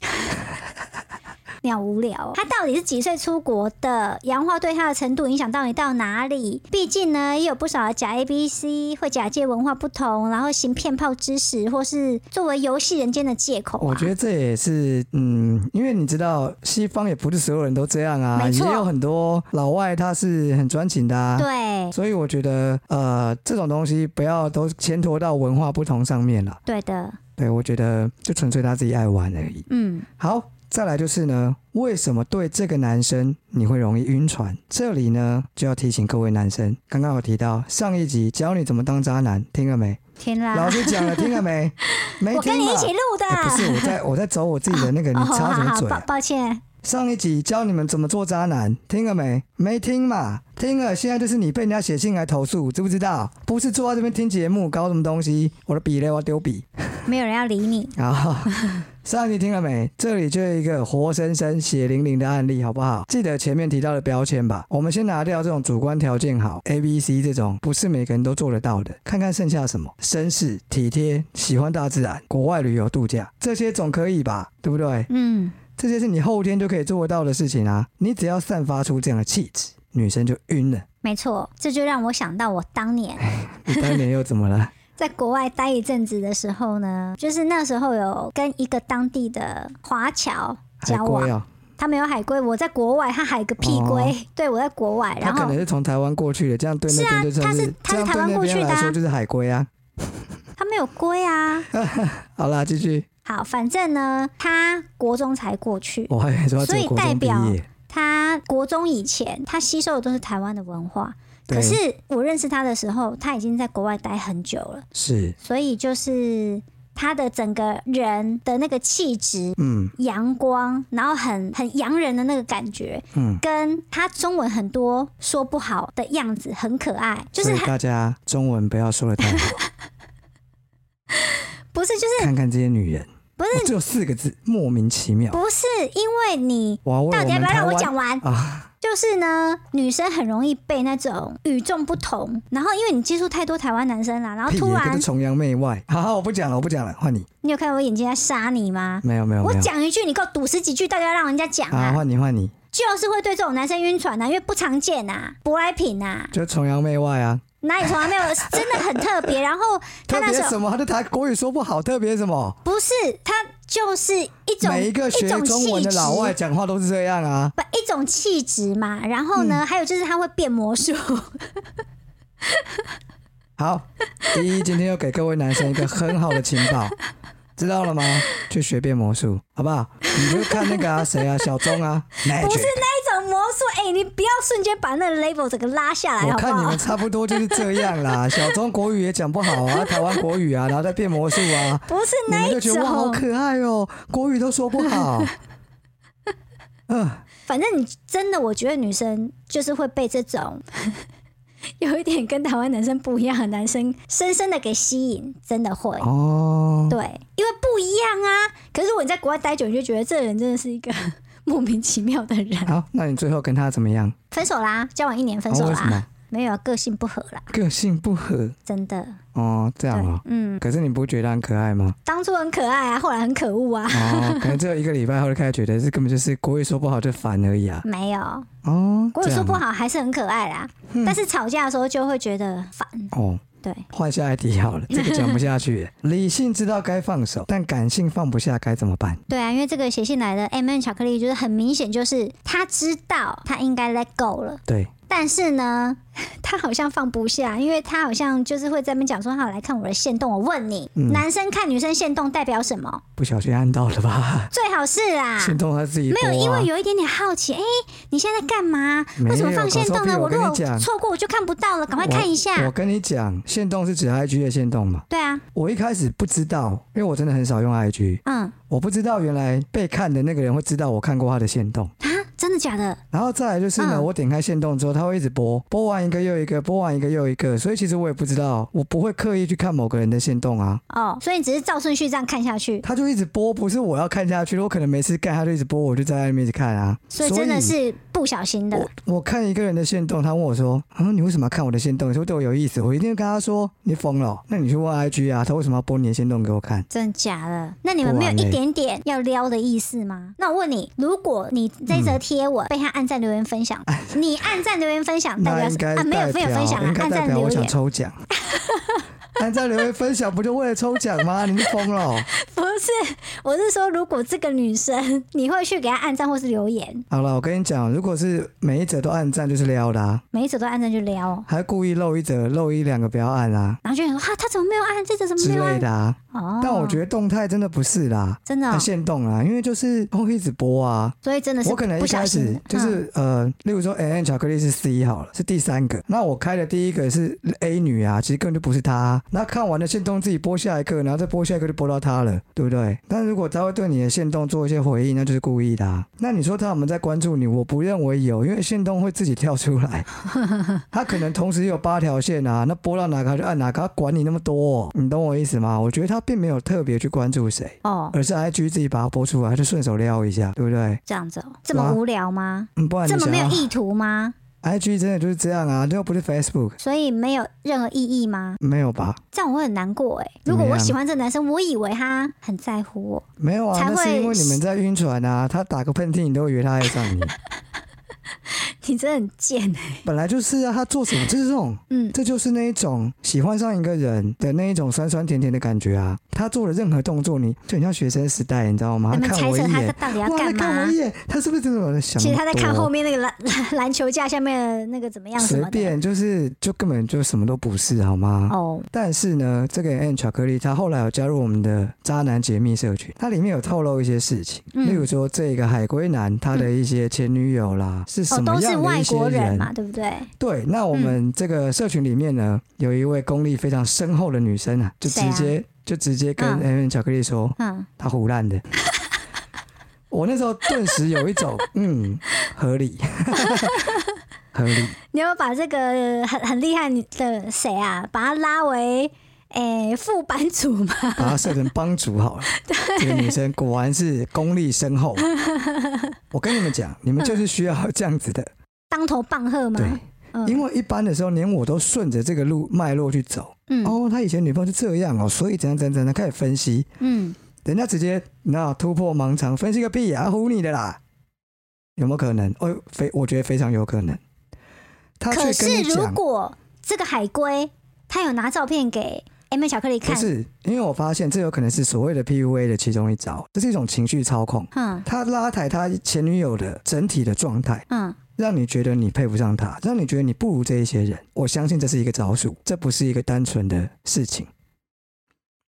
B: 你好无聊、哦。他到底是几岁出国的？洋化对他的程度影响到你到哪里？毕竟呢，也有不少的假 A B C 会假借文化不同，然后行骗炮知识，或是作为游戏人间的借口、啊。
A: 我觉得这也是，嗯，因为你知道，西方也不是所有人都这样啊，
B: 没
A: 也
B: 错
A: 有很多老外他是很专情的啊。
B: 对。
A: 所以我觉得，呃，这种东西不要都牵拖到文化不同上面了。
B: 对的，
A: 对我觉得，就纯粹他自己爱玩而已。
B: 嗯，
A: 好，再来就是呢，为什么对这个男生你会容易晕船？这里呢就要提醒各位男生，刚刚有提到上一集教你怎么当渣男，听了没？
B: 天啦
A: 老，师讲了，听了没？没
B: 啊 *laughs* 我跟
A: 听
B: 你
A: 嘛
B: 一起录的，啊
A: 哎不是，我在我在走我自己的那个，你
B: 哦，好
A: 插什么
B: 好好，
A: 嘴
B: 抱
A: 啊？
B: 抱歉，
A: 上一集教你们怎么做渣男，听了没？没听嘛？听了，现在就是你被人家写信来投诉，知不知道？不是坐在这边听节目，搞什么东西？我的笔嘞，我要丢笔
B: 没有人要理你，
A: 啊！上一集听了没？这里就有一个活生生、血淋淋的案例，好不好？记得前面提到的标签吧。我们先拿掉这种主观条件好 A、B、C 这种不是每个人都做得到的，看看剩下什么：绅士、体贴、喜欢大自然、国外旅游度假，这些总可以吧？对不对？
B: 嗯，
A: 这些是你后天就可以做得到的事情啊！你只要散发出这样的气质，女生就晕了。
B: 没错，这就让我想到我当年
A: 你当年又怎么了？
B: 在国外待一阵子的时候呢，就是那时候有跟一个当地的华侨
A: 海
B: *laughs* 交往
A: 龟，哦，
B: 他没有海龟，我在国外，他海个屁龟，
A: 哦
B: 对我在国外，
A: 他
B: 然
A: 可
B: 后
A: 能是从台湾过去的，这样对那边就像
B: 是啊他
A: 这
B: 是
A: 样
B: 他是台
A: 对
B: 湾
A: 那
B: 过去
A: 边
B: 的啊
A: 来说就是海龟啊。
B: 他没有龟啊。
A: 好啦，继续，
B: 好，反正呢，他国中才过去，
A: 我还以为说要
B: 所以
A: 走国中
B: 代
A: 毕
B: 表
A: 业，
B: 他国中以前他吸收的都是台湾的文化，
A: 对
B: 可是我认识他的时候，他已经在国外待很久了，
A: 是
B: 所以就是他的整个人的那个气质。
A: 嗯
B: 阳光，然后很很洋人的那个感觉，
A: 嗯，
B: 跟他中文很多说不好的样子很可爱，就是
A: 所以
B: 他
A: 大家中文不要说的太 *laughs* 好，
B: 不是就是
A: 看看这些女人，
B: 不
A: 是只有四个字，莫名其妙。
B: 不是因为你
A: 哇，为
B: 到
A: 我
B: 底要
A: 们
B: 不要
A: 台
B: 让我
A: 湾
B: 讲完？
A: 啊，
B: 就是呢，女生很容易被那种与众不同，然后因为你接触太多台湾男生啦，然后
A: 屁
B: 突
A: 也
B: 然
A: 跟崇洋媚外。好好，我不讲了，我不讲了，换你。
B: 你有看到我眼睛在杀你吗？
A: 没有没有
B: 我
A: 没有，
B: 讲一句，你给我堵十几句，到底要让人家讲
A: 啊，
B: 啊？
A: 换你换你，
B: 就是会对这种男生晕船啊，因为不常见啊，舶来品啊，
A: 就崇洋媚外啊。
B: 哪里从来
A: *laughs*
B: 没有，真的很特别。然后他
A: 特
B: 那
A: 别
B: 时候
A: 什么？他台国语说不好，特别什么？
B: 不是他就是一种
A: 每一个学
B: 种
A: 中文
B: 气
A: 的
B: 质
A: 老外讲话都是这样啊。
B: 不一种气质嘛。然后
A: 嗯
B: 呢，还有就是他会变
A: *laughs*
B: 魔术，
A: 好，第一，今天又给各位男生一个很好的情报， *laughs* 知道了吗？去学变魔术，好不好？你就看那个
B: *laughs*
A: 啊，谁啊，小钟啊
B: 不是
A: ，Magic。
B: 那一种魔术，哎、你不要瞬间把那个 label 整个拉下来，
A: 我
B: 好不
A: 看你
B: 好
A: 们？差不多就是这样
B: *laughs*
A: 啦，小钟国语也讲不好啊，台湾国语啊，然后再变魔术啊，
B: 不是
A: 你
B: 那
A: 们
B: 一
A: 就觉得哇，好
B: 种，
A: 可爱哦、国语都说不
B: *laughs*
A: 好。嗯、
B: 反正你真的，我觉得女生就是会被这种 *laughs* 有一点跟台湾男生不一样的男生深深的给吸引，真的会。
A: 哦，
B: 对，因为不一样啊。可是如果你在国外待久，你就觉得这人真的是一个 *laughs* 莫名其妙的人。
A: 好，那你最后跟他怎么样？
B: 分手啦，交往一年分
A: 哦
B: 手
A: 为什
B: 啦
A: 么，
B: 没有啊个性不合啦，
A: 个性不合
B: 真的。
A: 哦，这
B: 对
A: 样哦、，
B: 嗯，
A: 可是你不觉得他很可爱吗？
B: 当初很可爱啊，后来很可恶啊。
A: 哦，可能只有一个礼拜后就开始觉得这根本就是国语说不好就烦而已啊。
B: 没有，
A: 哦，
B: 嗯国语说不
A: 这样
B: 好还是很可爱啦，
A: 啊
B: 但是吵架的时候就会觉得烦。
A: 哦。
B: 对，
A: 换下一题好
B: *laughs*
A: 了，这个讲不下去耶。理性知道该放手，但感性放不下，该怎么办？
B: 对啊，因为这个写信来的 M N 巧克力就是很明显，就是他知道他应该 let go 了，
A: 对，
B: 但是呢， *laughs* 他好像放不下，因为他好像就是会在那边讲说，好来看我的线动，我问你，
A: 嗯
B: 男生看女生线动代表什么？
A: 不小心按到了吧？
B: 最好是啦。
A: 心痛他自己、啊、
B: 没有，因为有一点点好奇，哎、你现在在干嘛？
A: 没有
B: 为什么放线动呢？
A: 搞错屁我
B: 如
A: 跟你
B: 果
A: 讲
B: 错过，我就看不到了，赶快看一
A: 我
B: 下。
A: 跟你讲，限动是指 IG 的限动嘛？
B: 对啊，
A: 我一开始不知道，因为我真的很少用 IG，
B: 嗯
A: 我不知道原来被看的那个人会知道我看过他的限动。
B: 啊，真的假的？
A: 然后再来就是呢，
B: 嗯
A: 我点开限动之后，它会一直播，播完一个又一个，播完一个又一个，所以其实我也不知道，我不会刻意去看某个人的限动啊，
B: 哦，所以你只是照顺序这样看下去，
A: 他就一直播，不是我要看下去，我可能没事干，他就一直播，我就在那边一直看啊，
B: 所以真的。是不小心的。
A: 我我看一个人的限动，他问我说：“啊，你为什么要看我的限动？”你说对我有意思，我一定会跟他说：“你疯了哦、那你去问 IG 啊，他为什么要播你的限动给我看
B: 真的假的？那你们
A: 不
B: 没有
A: 然嘞
B: 一点点要撩的意思吗？那我问你，如果你这则贴文被他按赞留言
A: *laughs*
B: 分享，你按赞留言分？”享
A: 那
B: 代表
A: 应
B: 什
A: 该
B: 么？啊，没有
A: 代
B: 没有
A: 表，
B: 分享啊
A: 应，该
B: 按
A: 代
B: 赞
A: 表
B: 留
A: 我想
B: 言
A: 抽奖。 *laughs* 按赞留言分享不就为了抽奖吗？你是疯了哦、
B: *laughs* 不是，我是说，如果这个女生你会去给她按赞或是留言，
A: 好了，我跟你讲，如果是每一则都按赞，就是撩的、啊，
B: 每一则都按赞就撩哦，
A: 还故意漏一则、漏一两个不要按啊
B: 然后就想说哈，她怎么没有按？这则怎么
A: 之
B: 没有
A: 类
B: 按？
A: 的啊。
B: 嗯哦，
A: 但我觉得动态真的不是啦，
B: 真的哦、
A: 它限动啦，因为就是会一直播啊。
B: 所以真的是
A: 我可能
B: 不
A: 一
B: 小
A: 开
B: 心
A: 始
B: 的，嗯
A: 就是、呃，例如说 N N 巧克力是 C 好了，是第三个，那我开的第一个是 A 女啊，其实根本就不是她啊、啊。那看完了线动自己播下一个，然后再播下一个就播到他了，对不对？但如果他会对你的线动做一些回应，那就是故意的、啊。那你说他有没有在关注你？我不认为有，因为线动会自己跳出
B: *laughs*
A: 来，他可能同时有八条线啊，那播到哪个就按哪个，他管你那么多、哦你懂我意思吗？我觉得他并没有特别去关注谁。
B: 哦，
A: 而是 IG 自己把它播出来，他就顺手撩一下，对不对？
B: 这样子哦，这么
A: 哇
B: 无聊吗？
A: 嗯，不然你
B: 这么
A: 想
B: 没有
A: 要
B: 意图吗？
A: IG 真的就是这样啊，又不是 Facebook，
B: 所以没有任何意义吗？
A: 没有吧？
B: 这样我会很难过哎。
A: 怎
B: 如
A: 么
B: 果我
A: 样
B: 喜欢这个男生，我以为他很在乎我， *laughs*
A: 没有啊，
B: 才
A: 那是
B: 会
A: 因为你们在晕船啊，他打个喷嚏你都以为他爱上
B: *laughs*
A: 你，
B: 你真的很贱哎。
A: 本来就是啊，他做什么就是这种，
B: 嗯，
A: 这就是那一种喜欢上一个人的那一种酸酸甜甜的感觉啊。他做的任何动作，你就很像学生时代，你知道吗？
B: 你
A: 他
B: 们
A: 看
B: 猜
A: 我
B: 测
A: 一
B: 他
A: 眼，
B: 到底要
A: 哇，他
B: 干
A: 看我
B: 嘛
A: 一？眼，他是不是真的有在想？
B: 其实他在看后。面那个篮篮球架下面那个怎么样什
A: 随
B: 么的。
A: 便就是就根本就什么都不是，好吗？
B: 哦，
A: 但是呢，这个 N 巧克力他后来有加入我们的渣男解密社群，它里面有透露一些事情，
B: 嗯
A: 例如说这个海归男他的一些前女友啦，是什
B: 哦，
A: 么
B: 都是
A: 样的
B: 外
A: 一些
B: 国人
A: 人？
B: 嘛，对不对？
A: 对，那我们这个社群里面呢，有一位功力非常深厚的女生啊，就直
B: 谁
A: 接、就直接跟
B: 嗯
A: N 巧克力说，
B: 嗯，
A: 她胡乱
B: *laughs*
A: 的。我那时候顿时有一种嗯，合理， *laughs* 合理。
B: 你要把这个很很厉害的谁啊，把他拉为诶、副版主嘛？
A: 把她设成帮主好了。这个女生果然是功力深
B: *laughs*
A: 厚。我跟你们讲，你们就是需要这样子的，
B: *laughs* 当头棒喝嘛？
A: 对。*laughs*
B: 嗯
A: 因为一般的时候，连我都顺着这个路脉络去走。
B: 嗯、
A: 哦，他以前女朋友是这样哦，所以怎样怎样怎样，开始分析。
B: 嗯，
A: 人家直接那突破盲肠，分析个屁啊，唬你的啦。有没有可能？哦，非我觉得非常有可能。他
B: 可
A: 去跟
B: 是
A: 你
B: 如
A: 讲，
B: 果这个海龟他有拿照片给 M 巧克力
A: 不
B: 看，
A: 是，因为我发现这有可能是所谓的 PUA 的其中一招，这是一种情绪操控。
B: 嗯
A: 他拉抬他前女友的整体的状态，
B: 嗯，
A: 让你觉得你配不上他，让你觉得你不如这一些人。我相信这是一个招数，这不是一个单纯的事情。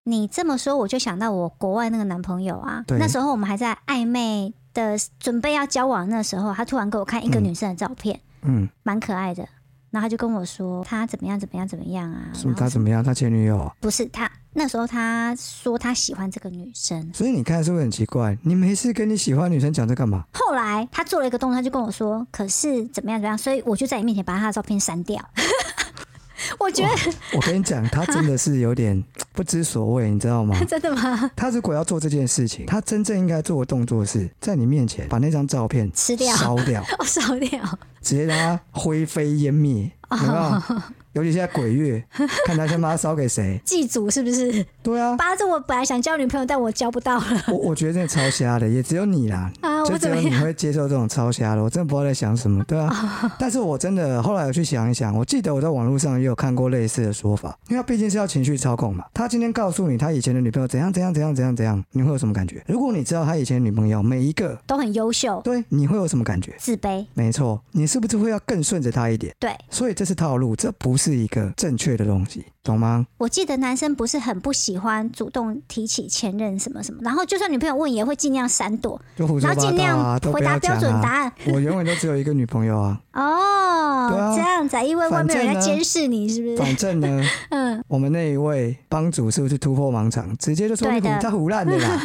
B: 你这么说我就想到我国外那个男朋友啊，
A: 对
B: 那时候我们还在暧昧的准备要交往那时候，他突然给我看一个
A: 嗯
B: 女生的照片，
A: 嗯，
B: 蛮、可爱的，然后他就跟我说他怎么样怎么样怎么样啊，
A: 什么
B: 然
A: 他
B: 后
A: 怎么样，他前女友啊，
B: 不是他那时候他说他喜欢这个女生，
A: 所以你看是不是很奇怪？你没事跟你喜欢的女生讲这干嘛？
B: 后来他做了一个动作，他就跟我说，可是怎么样怎么样，所以我就在你面前把他的照片删掉。 *laughs* 我觉得
A: 我跟你讲，他真的是有点不知所谓，你知 *laughs* 道吗？
B: 真的吗？
A: 他如果要做这件事情，他真正应该做的动作是在你面前把那张照片
B: 吃掉
A: 烧掉，
B: 我烧掉。
A: 直接让它灰飞烟灭，有没有？
B: 哦
A: 尤其现在鬼
B: *laughs*
A: 月，看他先把它烧给谁？
B: 祭祖是不是？
A: 对啊，
B: 八字我本来想交女朋友，但我交不到了
A: 我我觉得真的超瞎的，也只有你啦，
B: *laughs* 啊！
A: 就
B: 我
A: 只
B: 怎么
A: 有你
B: 样？
A: 会接受这种超瞎的，我真的不知道在想什么，对
B: 哦
A: 啊。 *laughs* 但是我真的后来有去想一想，我记得我在网络上也有看过类似的说法，因为他毕竟是要情绪操控嘛。他今天告诉你他以前的女朋友怎样怎样怎样怎样怎样，你会有什么感觉？如果你知道他以前的女朋友每一个，
B: 都很优秀，
A: 对，你会有什么感觉？
B: 自卑。
A: 没错，你是不是会要更顺着他一点？
B: 对
A: 所以这是套路，这不是一个正确的东西，懂吗？
B: 我记得男生不是很不喜欢主动提起前任什么什么，然后就算女朋友问也会尽量闪躲，
A: 就胡说
B: 然后
A: 八
B: 尽
A: 道啊，
B: 量
A: 都
B: 回
A: 不
B: 答
A: 要
B: 标
A: 讲
B: 准答
A: 啊。
B: 案。
A: 我永远都只有一个女朋友啊，对
B: 哦
A: 啊，
B: 这样子啊，因为外面有
A: 反
B: 人在
A: 正呢
B: 监视你，是
A: *laughs*
B: 不是？
A: 反正呢。
B: 嗯，
A: 我们那一位帮主是不是突破盲肠，直接就说
B: 对
A: 你胡
B: 的
A: 他胡烂的
B: *laughs*
A: 啦？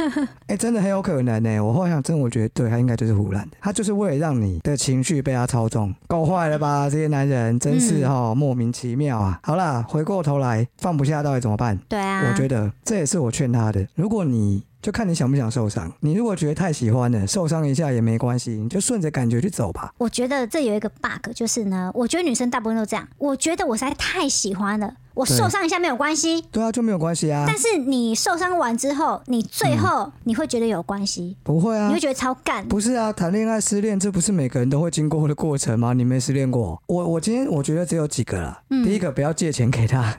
A: 哎、真的很有可能呢、欸我后来想，真的我觉得对他应该就是胡烂的，他就是为了让你的情绪被他操纵，够坏了
B: *laughs*
A: 吧？这些男人真是
B: 嗯
A: 哈、莫名其妙啊！好啦，回过头来放不下到底怎么办？
B: 对啊，
A: 我觉得这也是我劝他的。如果你就看你想不想受伤，你如果觉得太喜欢了，受伤一下也没关系，你就顺着感觉去走吧。
B: 我觉得这有一个 bug，就是呢，我觉得女生大部分都这样。我觉得我实在太喜欢了，我
A: 对
B: 受伤一下没有关系，
A: 对啊，就没有关系啊，
B: 但是你受伤完之后，你最后你会觉得有关系，
A: 不会啊
B: 你会，觉得超干。
A: 不是啊，谈恋爱失恋，这不是每个人都会经过的过程吗？你没失恋过？我我今天我觉得只有几个啦。
B: 嗯
A: 第一个不要借钱给他，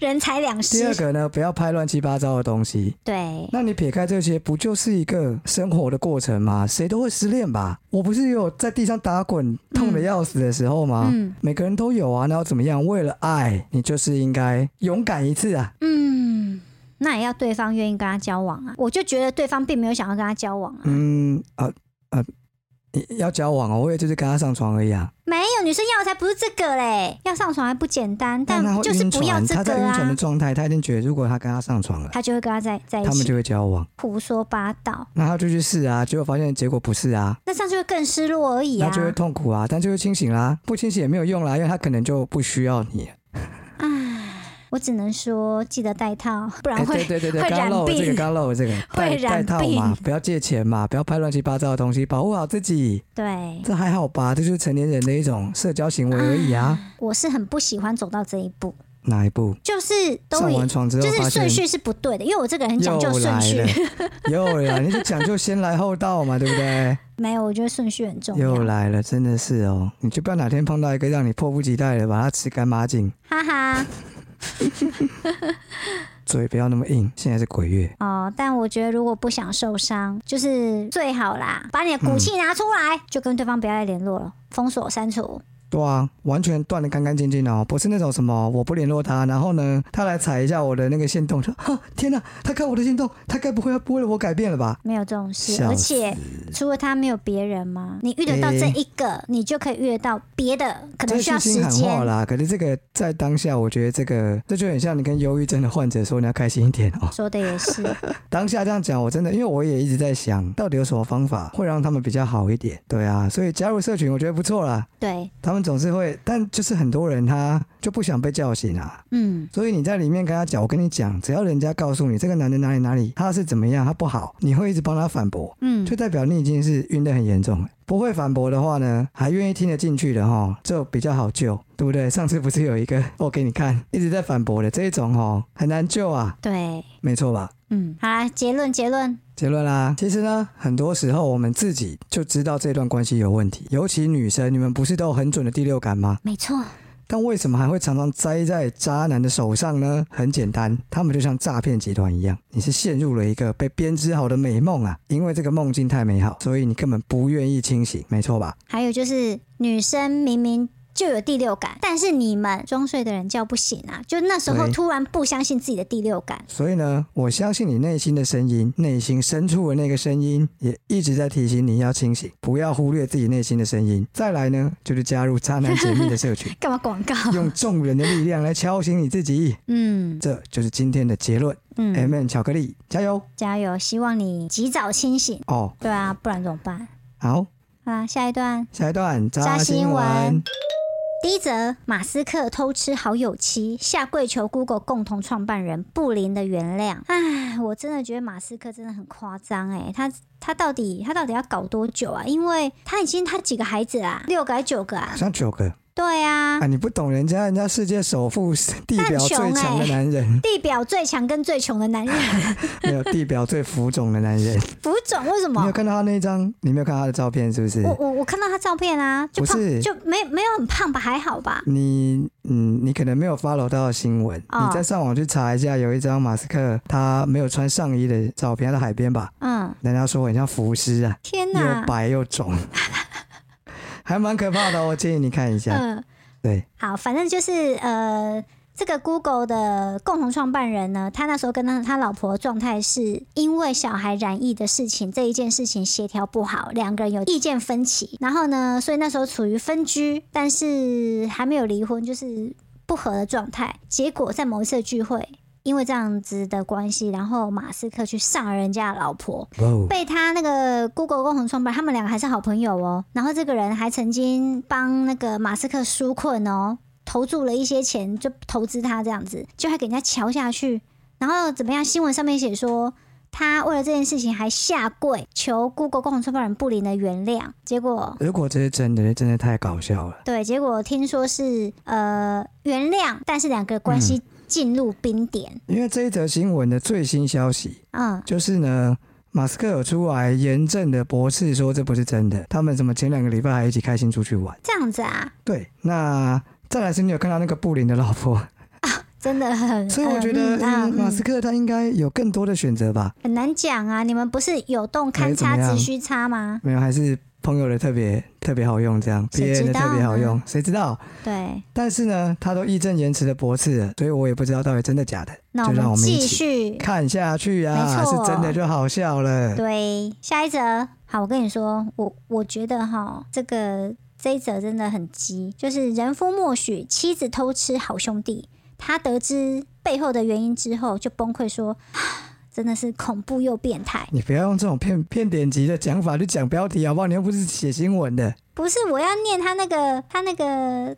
B: 人财两
A: 第二
B: 失，
A: 个呢不要拍乱七八糟的东西。
B: 对，
A: 那你撇开这些，不就是一个生活的过程吗？谁都会失恋吧？我不是也有在地上打滚痛的要死的时候吗？
B: 嗯
A: 每个人都有啊，那要怎么样？为了爱，你就是应该勇敢一次啊！
B: 嗯，那也要对方愿意跟他交往啊。我就觉得对方并没有想要跟他交往啊。
A: 嗯啊啊，呃你要交往哦，我以为就是跟他上床而已啊。
B: 没有女生要的才不是这个嘞，要上床还不简单，但
A: 他
B: 就
A: 会
B: 是
A: 晕
B: 不要
A: 船，
B: 这
A: 他在
B: 个
A: 晕船的
B: 啊，
A: 状态，他一定觉得如果他跟他上床了，
B: 他就会跟他在在一
A: 他们
B: 起
A: 就会交往。
B: 胡说八道，
A: 那他就去试啊，结果发现结果不是啊，
B: 那这样就会更失落而已
A: 那
B: 啊。
A: 就会痛苦啊，但就会清醒啦，不清醒也没有用啦，因为他可能就不需要你。
B: 我只能说记得带套， *laughs* 不然
A: 哎，
B: 会、
A: 对对对对，
B: 会
A: 刚刚
B: 染
A: 漏了这个，
B: 病
A: 刚刚漏了这个，
B: 会
A: 戴戴
B: 染
A: 套
B: 病
A: 嘛，不要借钱嘛，不要拍乱七八糟的东西，保护好自己，
B: 对。
A: 这还好吧？这就是成年人的一种社交行为而已啊。
B: 我是很不喜欢走到这一步，
A: 哪一步？
B: 就是都
A: 上
B: 已
A: 完床之后
B: 就
A: 发现
B: 是顺序是不对的，因为我这个人很讲究
A: 又
B: 顺
A: 来
B: 序
A: 了，，又来了，你就讲究先来后到嘛，对不对？
B: 没有，我觉得顺序很重
A: 又
B: 要，
A: 来了，真的是哦，你就不要哪天碰到一个让你迫不及待的把它吃干抹净，
B: 哈哈。
A: 嘴不要那么硬。现在是鬼月，
B: 哦，但我觉得如果不想受伤，就是最好啦，把你的
A: 嗯
B: 骨气拿出来，就跟对方不要再联络了，封锁删除。
A: 对啊，完全断的干干净净的哦，不是那种什么我不联络他，然后呢，他来踩一下我的那个线动，说啊天哪，他看我的线动，他该不会要为了我改变了吧？
B: 没有这种事，
A: 笑
B: 而
A: 死
B: 且除了他没有别人吗？你遇得到这一个，你就可以遇得到别的，可能
A: 这
B: 需要
A: 是
B: 时
A: 心喊话
B: 间。
A: 啦，可是这个在当下，我觉得这个这就很像你跟忧郁症的患者说你要开心一点哦。 *laughs*
B: 说的也是，
A: 当下这样讲，我真的因为我也一直在想，到底有什么方法会让他们比较好一点？对啊，所以加入社群我觉得不错啦。
B: 对，
A: 他们总是会，但就是很多人他就不想被叫醒啊，
B: 嗯，
A: 所以你在里面跟他讲，我跟你讲，只要人家告诉你这个男的哪里哪里他是怎么样，他不好，你会一直帮他反驳，
B: 嗯
A: 就，代表你已经是晕得很严重了。不会反驳的话呢，还愿意听得进去的哈，就比较好救，对不对？上次不是有一个我给你看，一直在反驳的这一种哦，很难救啊，
B: 对，
A: 没错吧？
B: 嗯，好啦，结论结论，
A: 结论啦，其实呢，很多时候我们自己就知道这段关系有问题，尤其女生，你们不是都有很准的第六感吗？
B: 没错，
A: 但为什么还会常常栽在渣男的手上呢？很简单，他们就像诈骗集团一样，你是陷入了一个被编织好的美梦啊！因为这个梦境太美好，所以你根本不愿意清醒，没错吧？
B: 还有就是女生明明。就有第六感，但是你们装睡的人叫不醒啊！就那时候
A: 对
B: 突然不相信自己的第六感，，
A: 所以呢，我相信你内心的声音，内心深处的那个声音也一直在提醒你要清醒，不要忽略自己内心的声音。再来呢，就是加入渣男解密的社群
B: 干嘛广告？
A: 用众人的力量来敲醒你自己。
B: 嗯
A: 这就是今天的结论。
B: 嗯，
A: M N 巧克力，加油
B: 加油！希望你及早清醒。
A: 哦！
B: 对啊，不然怎么办？
A: 好，
B: 好啦，下一段。
A: 下一段
B: 渣
A: 渣
B: 新
A: 新
B: 闻
A: 闻。
B: 第一则，马斯克偷吃好友妻，下跪求 Google 共同创办人布林的原谅。唉，我真的觉得马斯克真的很夸张哎，他他到底他到底要搞多久啊？因为他已经他几个孩子啦，六个还九个
A: 好
B: 啊？
A: 像九个
B: 对啊
A: 啊！，你不懂人家，人家世界首富、地表最强的男人，
B: 地表最强跟最穷的男人，
A: *laughs* 没有地表最浮肿的男
B: *laughs*
A: 人。
B: 浮肿为什
A: 你有
B: 么？
A: 看到他那一张？你没有看他的照片是不是
B: 我？我我看到他照片啊，就
A: 不
B: 胖
A: 是
B: 就没没有很胖吧，还好吧？
A: 你嗯，你可能没有 follow 到新闻，
B: 哦
A: 你再上网去查一下，有一张马斯克他没有穿上衣的照片，他在海边吧？
B: 嗯，
A: 人家说很像浮尸啊，
B: 天哪
A: 又！白又
B: *laughs*
A: 肿，还蛮可怕的哦。我建议你看一下，
B: 嗯，
A: 对，
B: 好，反正就是呃，这个 Google 的共同创办人呢，他那时候跟他他老婆的状态是因为小孩染疫的事情这一件事情协调不好，两个人有意见分歧，然后呢，所以那时候处于分居，但是还没有离婚，就是不和的状态。结果在某一次的聚会。因为这样子的关系，然后马斯克去上了人家的老婆，
A: 哇哦，
B: 被他那个 Google 共同创办，他们两个还是好朋友哦。然后这个人还曾经帮那个马斯克纾困哦，投注了一些钱，就投资他这样子，就还给人家瞧下去。然后怎么样？新闻上面写说，他为了这件事情还下跪求 Google 共同创办人布林的原谅。结果
A: 如果这是真的，真的太搞笑了。
B: 对，结果听说是呃原谅，但是两个关系
A: 嗯
B: 进入冰点。
A: 因为这一则新闻的最新消息
B: 嗯
A: 就是呢，马斯克有出来严正的驳斥说这不是真的，他们怎么前两个礼拜还一起开心出去玩？
B: 这样子啊，
A: 对，那再来是你有看到那个布林的老婆，
B: 真的很，
A: 所以我觉得、
B: 嗯啊
A: 嗯马斯克他应该有更多的选择吧？
B: 很难讲啊，你们不是有洞
A: 哎
B: 堪
A: 怎
B: 差
A: 么样
B: 只需差吗？
A: 没有，还是朋友的特别特别好用，这样
B: 谁
A: 别人的
B: 知道嗯
A: 特别好
B: 呢
A: 用，谁知道？
B: 对，
A: 但是呢，他都义正言辞的驳斥了，所以我也不知道到底真的假的。
B: 那
A: 就让我
B: 们
A: 们一
B: 继
A: 起
B: 续。
A: 看下去啊，
B: 没
A: 是
B: 错
A: 真的就好笑了。
B: 对，下一则，好，我跟你说，我我觉得哈，这个这一则真的很急，就是人夫默许妻子偷吃好兄弟，他得知背后的原因之后就崩溃说，啊真的是恐怖又变态。
A: 你不要用这种骗骗点击的讲法去讲标题好不好？你又不是写新闻的。
B: 不是，我要念他那个他那个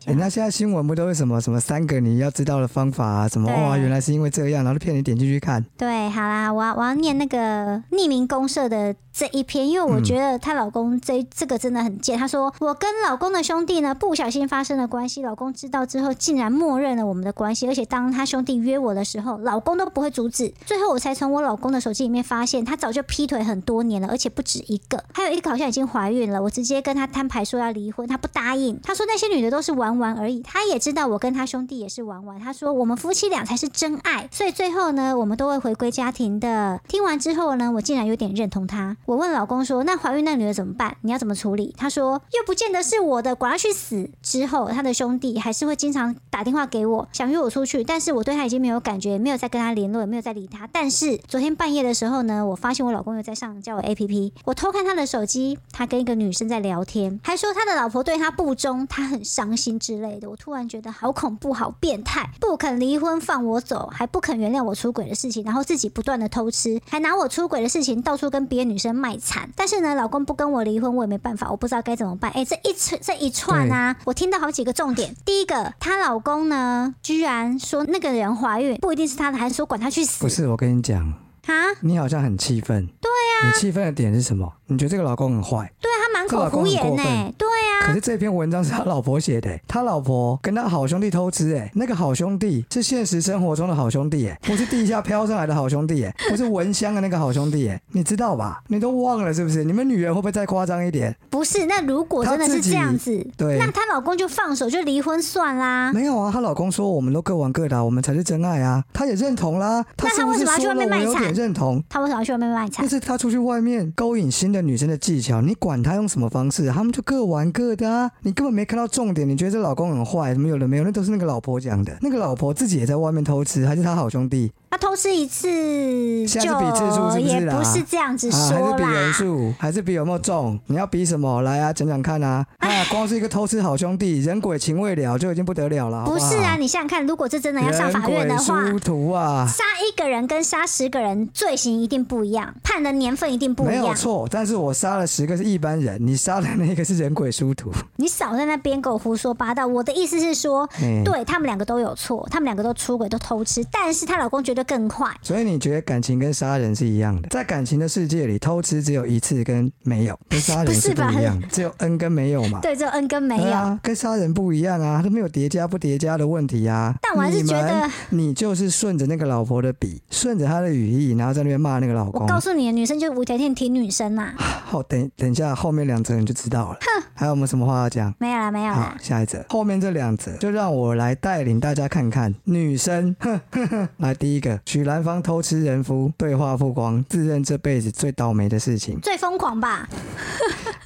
A: 人家现在新闻不都是什么什么三个你要知道的方法啊，什么
B: 对
A: 哇、原来是因为这样，然后就骗你点进去看。
B: 对，好啦，我要我要念那个匿名公社的这一篇，因为我觉得她老公这、这个真的很贱。她说，我跟老公的兄弟呢不小心发生了关系，老公知道之后竟然默认了我们的关系，而且当他兄弟约我的时候，老公都不会阻止。最后我才从我老公的手机里面发现，他早就劈腿很多年了，而且不止一个，还有一个好像已经怀孕了。我直接跟他摊牌说要离婚，他不答应。他说那些女的都是玩玩而已，他也知道我跟他兄弟也是玩玩。他说我们夫妻俩才是真爱，所以最后呢，我们都会回归家庭的。听完之后呢，我竟然有点认同他。我问老公说：“那怀孕那女的怎么办？你要怎么处理？”他说：“又不见得是我的，管他去死。”之后，他的兄弟还是会经常打电话给我，想约我出去，但是我对他已经没有感觉，没有再跟他联络，也没有再理他。但是昨天半夜的时候呢，我发现我老公又在上交友 APP，我偷看他的手机，他跟一个女生在聊天，还说他的老婆对他不忠，他很伤心之类的。我突然觉得好恐怖，好变态，不肯离婚放我走，还不肯原谅我出轨的事情，然后自己不断的偷吃，还拿我出轨的事情到处跟别的女生卖惨。但是呢，老公不跟我离婚，我也没办法，我不知道该怎么办。哎，这一串这一串啊，我听到好几个重点。第一个，她老公呢，居然说那个人怀孕不一定是她的，还说管她去死
A: 不是，我跟你讲，
B: 啊？
A: 你好像很气愤。对呀、你气愤的点是什么？你觉得这个老公很坏，
B: 对啊她满
A: 这
B: 口
A: 老公
B: 胡
A: 很
B: 言
A: 过
B: 呢、
A: 分
B: 对啊，
A: 可是这篇文章是他老婆写的、他老婆跟他好兄弟偷吃、哎，那个好兄弟是现实生活中的好兄弟、哎，不是地下飘上来的好兄弟、
B: *laughs*
A: 哎，不是蚊香的那个好兄弟、哎，你知道吧？你都忘了是不是？你们女人会不会再夸张一点？
B: 不是，那如果真的是这样子，
A: 对，
B: 那她老公就放手就离婚算啦。
A: 没有啊，她老公说我们都各玩各的啊、我们才是真爱啊，她也认同啦。她
B: 那她
A: 是不
B: 为什
A: 是
B: 么要去
A: 说
B: 外
A: 了
B: 面
A: 我
B: 卖
A: 有
B: 惨
A: 点认同？
B: 她为什么要去外面卖
A: 但
B: 惨？
A: 是她出去外面勾引新的女生的技巧，你管她用什么方式，他们就各玩各的啊！你根本没看到重点，你觉得这老公很坏，没有的没有，那都是那个老婆讲的。那个老婆自己也在外面偷吃，还是她好兄弟
B: 她偷吃一次
A: 下
B: 就
A: 次比次数是不是
B: 也
A: 啦
B: 不是这样子
A: 啊？还
B: 说
A: 是比人
B: 啦。
A: 数，还是比有没有中？你要比什么？来啊，讲讲看啊！
B: 哎
A: 啊，光是一个偷吃好兄弟，人鬼情未了就已经不得了了，好
B: 不
A: 好
B: 是啊，，你想想看，如果这真的要上法院的话
A: 人，鬼殊途啊！
B: 杀一个人跟杀十个人罪行一定不一样，判的年份一定不
A: 没
B: 一
A: 有
B: 样。
A: 错，但是我杀了十个是一般人，你杀的那个是人鬼殊途。
B: 你少在那边给我胡说八道。我的意思是说，
A: 嗯，
B: 对他们两个都有错，他们两个都出轨都偷吃，但是她老公觉得更坏。
A: 所以你觉得感情跟杀人是一样的？在感情的世界里，偷吃只有一次跟没有，跟杀人是不一样的，只有恩跟没有嘛。
B: 对，这恩跟没
A: 对
B: 有。
A: 啊，跟杀人不一样啊，它都没有叠加不叠加的问题啊。
B: 但我还是觉得
A: 你们你就是顺着那个老婆的笔，顺着她的语义，然后在那边骂那个老
B: 我
A: 公。
B: 告诉你，女生就无条件挺女生啦。
A: 好，等等一下，后面两则你就知道了。还有没有什么话要讲？
B: 没有啦，没有
A: 好
B: 啦，，。
A: 下一则，后面这两则就让我来带领大家看看女生。 *laughs* 哼哼哼，来第一个，许兰芳偷吃人夫，对话曝光，自认这辈子最倒霉的事情
B: 最疯狂吧？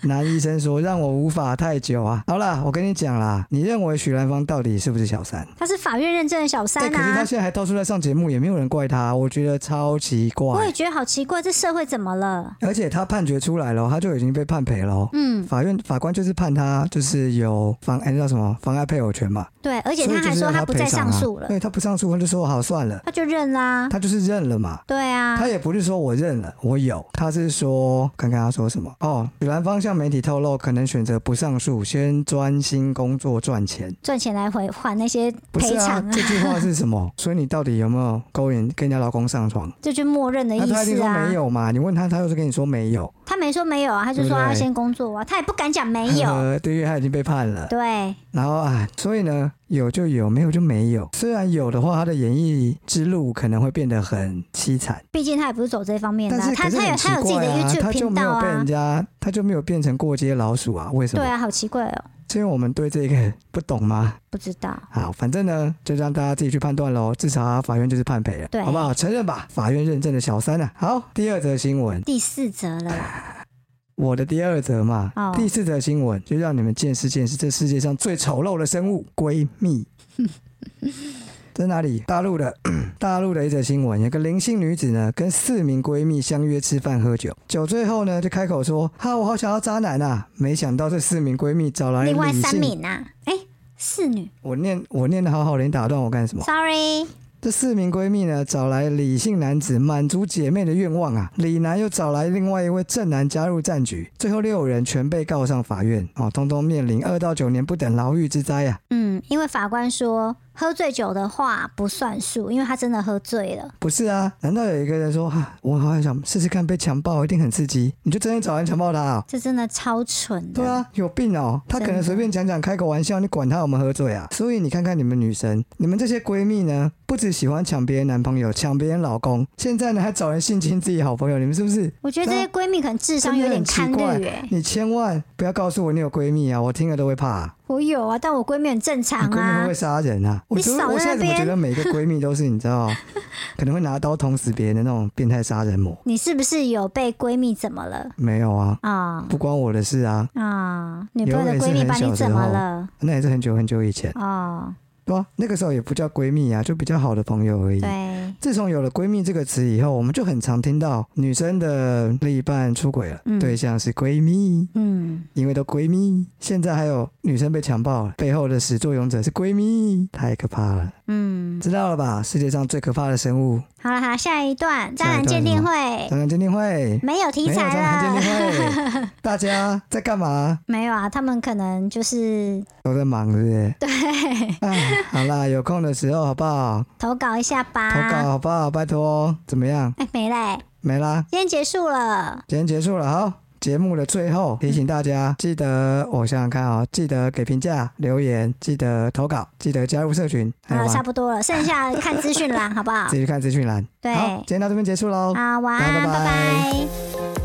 A: 男医生说让我无法太久啊。好啦，我跟你讲啦，你认为许兰芳到底是不是小三？
B: 她是法院认证的小
A: 对，
B: 三
A: 可是他
B: 啊！
A: 现在还到处在上节目，也没有人怪他，我觉得超奇
B: 我
A: 怪
B: 也。觉得好奇怪，这社会怎么了？
A: 而且他判决出来了，他就已经被判赔了哦。
B: 嗯，
A: 法院法官就是判他就是有妨哎那叫什么妨碍配偶权嘛，
B: 对，而且
A: 所以
B: 她
A: 就
B: 还
A: 是
B: 说
A: 让
B: 她不再
A: 赔偿啊
B: 上诉了，
A: 对他不上诉，他就说好算了，
B: 她就认啦。
A: 他就是认了嘛。
B: 对啊
A: 他，也不是说我认了，我有，他是说看看他说什么哦。许兰芳向媒体透露，可能选择不上诉，先专心工作赚钱。
B: 赚钱来回还那些
A: 不是
B: 赔
A: 啊
B: 偿，啊，
A: 这句话是什么？所以你到底有没有勾引跟人家老公上床？
B: 这就默认的
A: 那
B: 意
A: 他一定
B: 思
A: 说
B: 啊
A: 没。有嘛？你问他，他又是跟你说没有。
B: 她没说没有啊，她就
A: 对
B: 说
A: 不对
B: 她要先工作啊，她也不敢讲没有。
A: 呃，对，因为他已经被判了。
B: 对，
A: 然后啊，所以呢，有就有，没有就没有。虽然有的话，他的演艺之路可能会变得很凄惨，
B: 毕竟她也不是走这方面的
A: 但
B: 啊，
A: 是
B: 她
A: 可是
B: 她有
A: 很
B: 她有自
A: 奇
B: 己的
A: 怪啊，
B: YouTube
A: 他就
B: 频
A: 没
B: 道
A: 有被人
B: 啊。
A: 家，他就没有变成过街老鼠啊？为什
B: 对
A: 么？
B: 啊，好奇怪哦，
A: 是因为我们对这个 *laughs* 不懂吗？
B: 不知道。
A: 好，反正呢，就让大家自己去判断喽。至少啊法院就是判赔了，
B: 对
A: 好不好？承认吧，法院认证的小三啊。好，第二则新闻，
B: 第四则了啦，
A: 我的第二则嘛，
B: 哦
A: 第四则新闻就让你们见识见识这世界上最丑陋的生物——闺
B: *laughs*
A: 蜜。在哪里？大陆的 *coughs* 大陆的一则新闻，有个林姓女子呢，跟四名闺蜜相约吃饭喝酒，酒醉后呢，就开口说：“哈，我好想要渣男啊！”没想到这四名闺蜜找来
B: 另外
A: 理
B: 三
A: 性，
B: 名啊，哎、四女
A: 我念我念的好好的，你打断我干什么？
B: ，sorry，
A: 这四名闺蜜呢，找来理性男子满足姐妹的愿望啊，李男又找来另外一位正男加入战局，最后六人全被告上法院哦，通通面临二到九年不等牢狱之灾啊！
B: 嗯，因为法官说喝醉酒的话不算数，因为他真的喝醉了。
A: 不是啊，难道有一个人说，哈、我好想试试看被强暴，一定很刺激？你就真的找人强暴他啊、
B: 这真的超蠢的。
A: 对啊，有病哦！他可能随便讲讲，开个玩笑，你管他有没有喝醉啊？所以你看看你们女生，你们这些闺蜜呢，不只喜欢抢别人男朋友、抢别人老公，现在呢还找人性侵自己好朋友，你们是不是？
B: 我觉得这些闺蜜可能智商
A: 真的
B: 有点
A: 很奇
B: 堪
A: 怪
B: 虑哎。
A: 你千万不要告诉我你有闺蜜啊，我听了都会怕、啊。
B: 我有啊，但我闺蜜很正
A: 你
B: 常
A: 闺蜜会不
B: 啊
A: 会。杀人啊？我
B: 你
A: 觉
B: 少
A: 得
B: 在
A: 我现在
B: 那
A: 怎么觉
B: 边
A: 得每个闺蜜都是你知道， *laughs* 可能会拿刀捅死别人的那种变态杀人魔？
B: 你是不是有被闺蜜怎么了
A: 没有啊，
B: 啊
A: 不关我的事啊，
B: 啊、女朋友的
A: 有我也是
B: 闺蜜
A: 很
B: 把
A: 小
B: 你
A: 的
B: 怎么
A: 哦
B: 了
A: 那也是很久很久以前，
B: 哦，
A: 对啊，那个时候也不叫闺蜜啊，就比较好的朋友而已。
B: 对，
A: 自从有了“闺蜜”这个词以后，我们就很常听到女生的另一半出轨了，
B: 嗯
A: 对象是闺蜜，
B: 嗯，
A: 因为都闺蜜。现在还有女生被强暴，背后的始作俑者是闺蜜，太可怕了。
B: 嗯，
A: 知道了吧？世界上最可怕的生物，
B: 好了好了，下一段渣
A: 下一
B: 男
A: 段
B: 鉴
A: 是
B: 定
A: 吗
B: 会
A: 渣男鉴定会。
B: 没有题
A: 没有渣男
B: 材
A: 鉴
B: 哎了，
A: 定会，大家在干嘛？
B: 没有啊，他们可能就是
A: 都在忙，是不是？对。哎，好啦，有空的时候好不好？
B: 投稿一下吧。
A: 投稿好不好？拜托。哦怎么样？
B: 哎，没嘞，
A: 没啦，
B: 今天结束了。
A: 今天结束了，好。节目的最后，提醒大家记得，我想想看啊、记得给评价、留言，记得投稿，记得加入社群，还
B: 好
A: 有啊
B: 了，
A: 吗
B: 差不多了，剩下看资讯栏，好不好
A: 自？己去看资讯栏。*laughs*
B: 对
A: 好，今天到这边结束喽。
B: 好，晚
A: 大家
B: 安，
A: 拜拜
B: 拜拜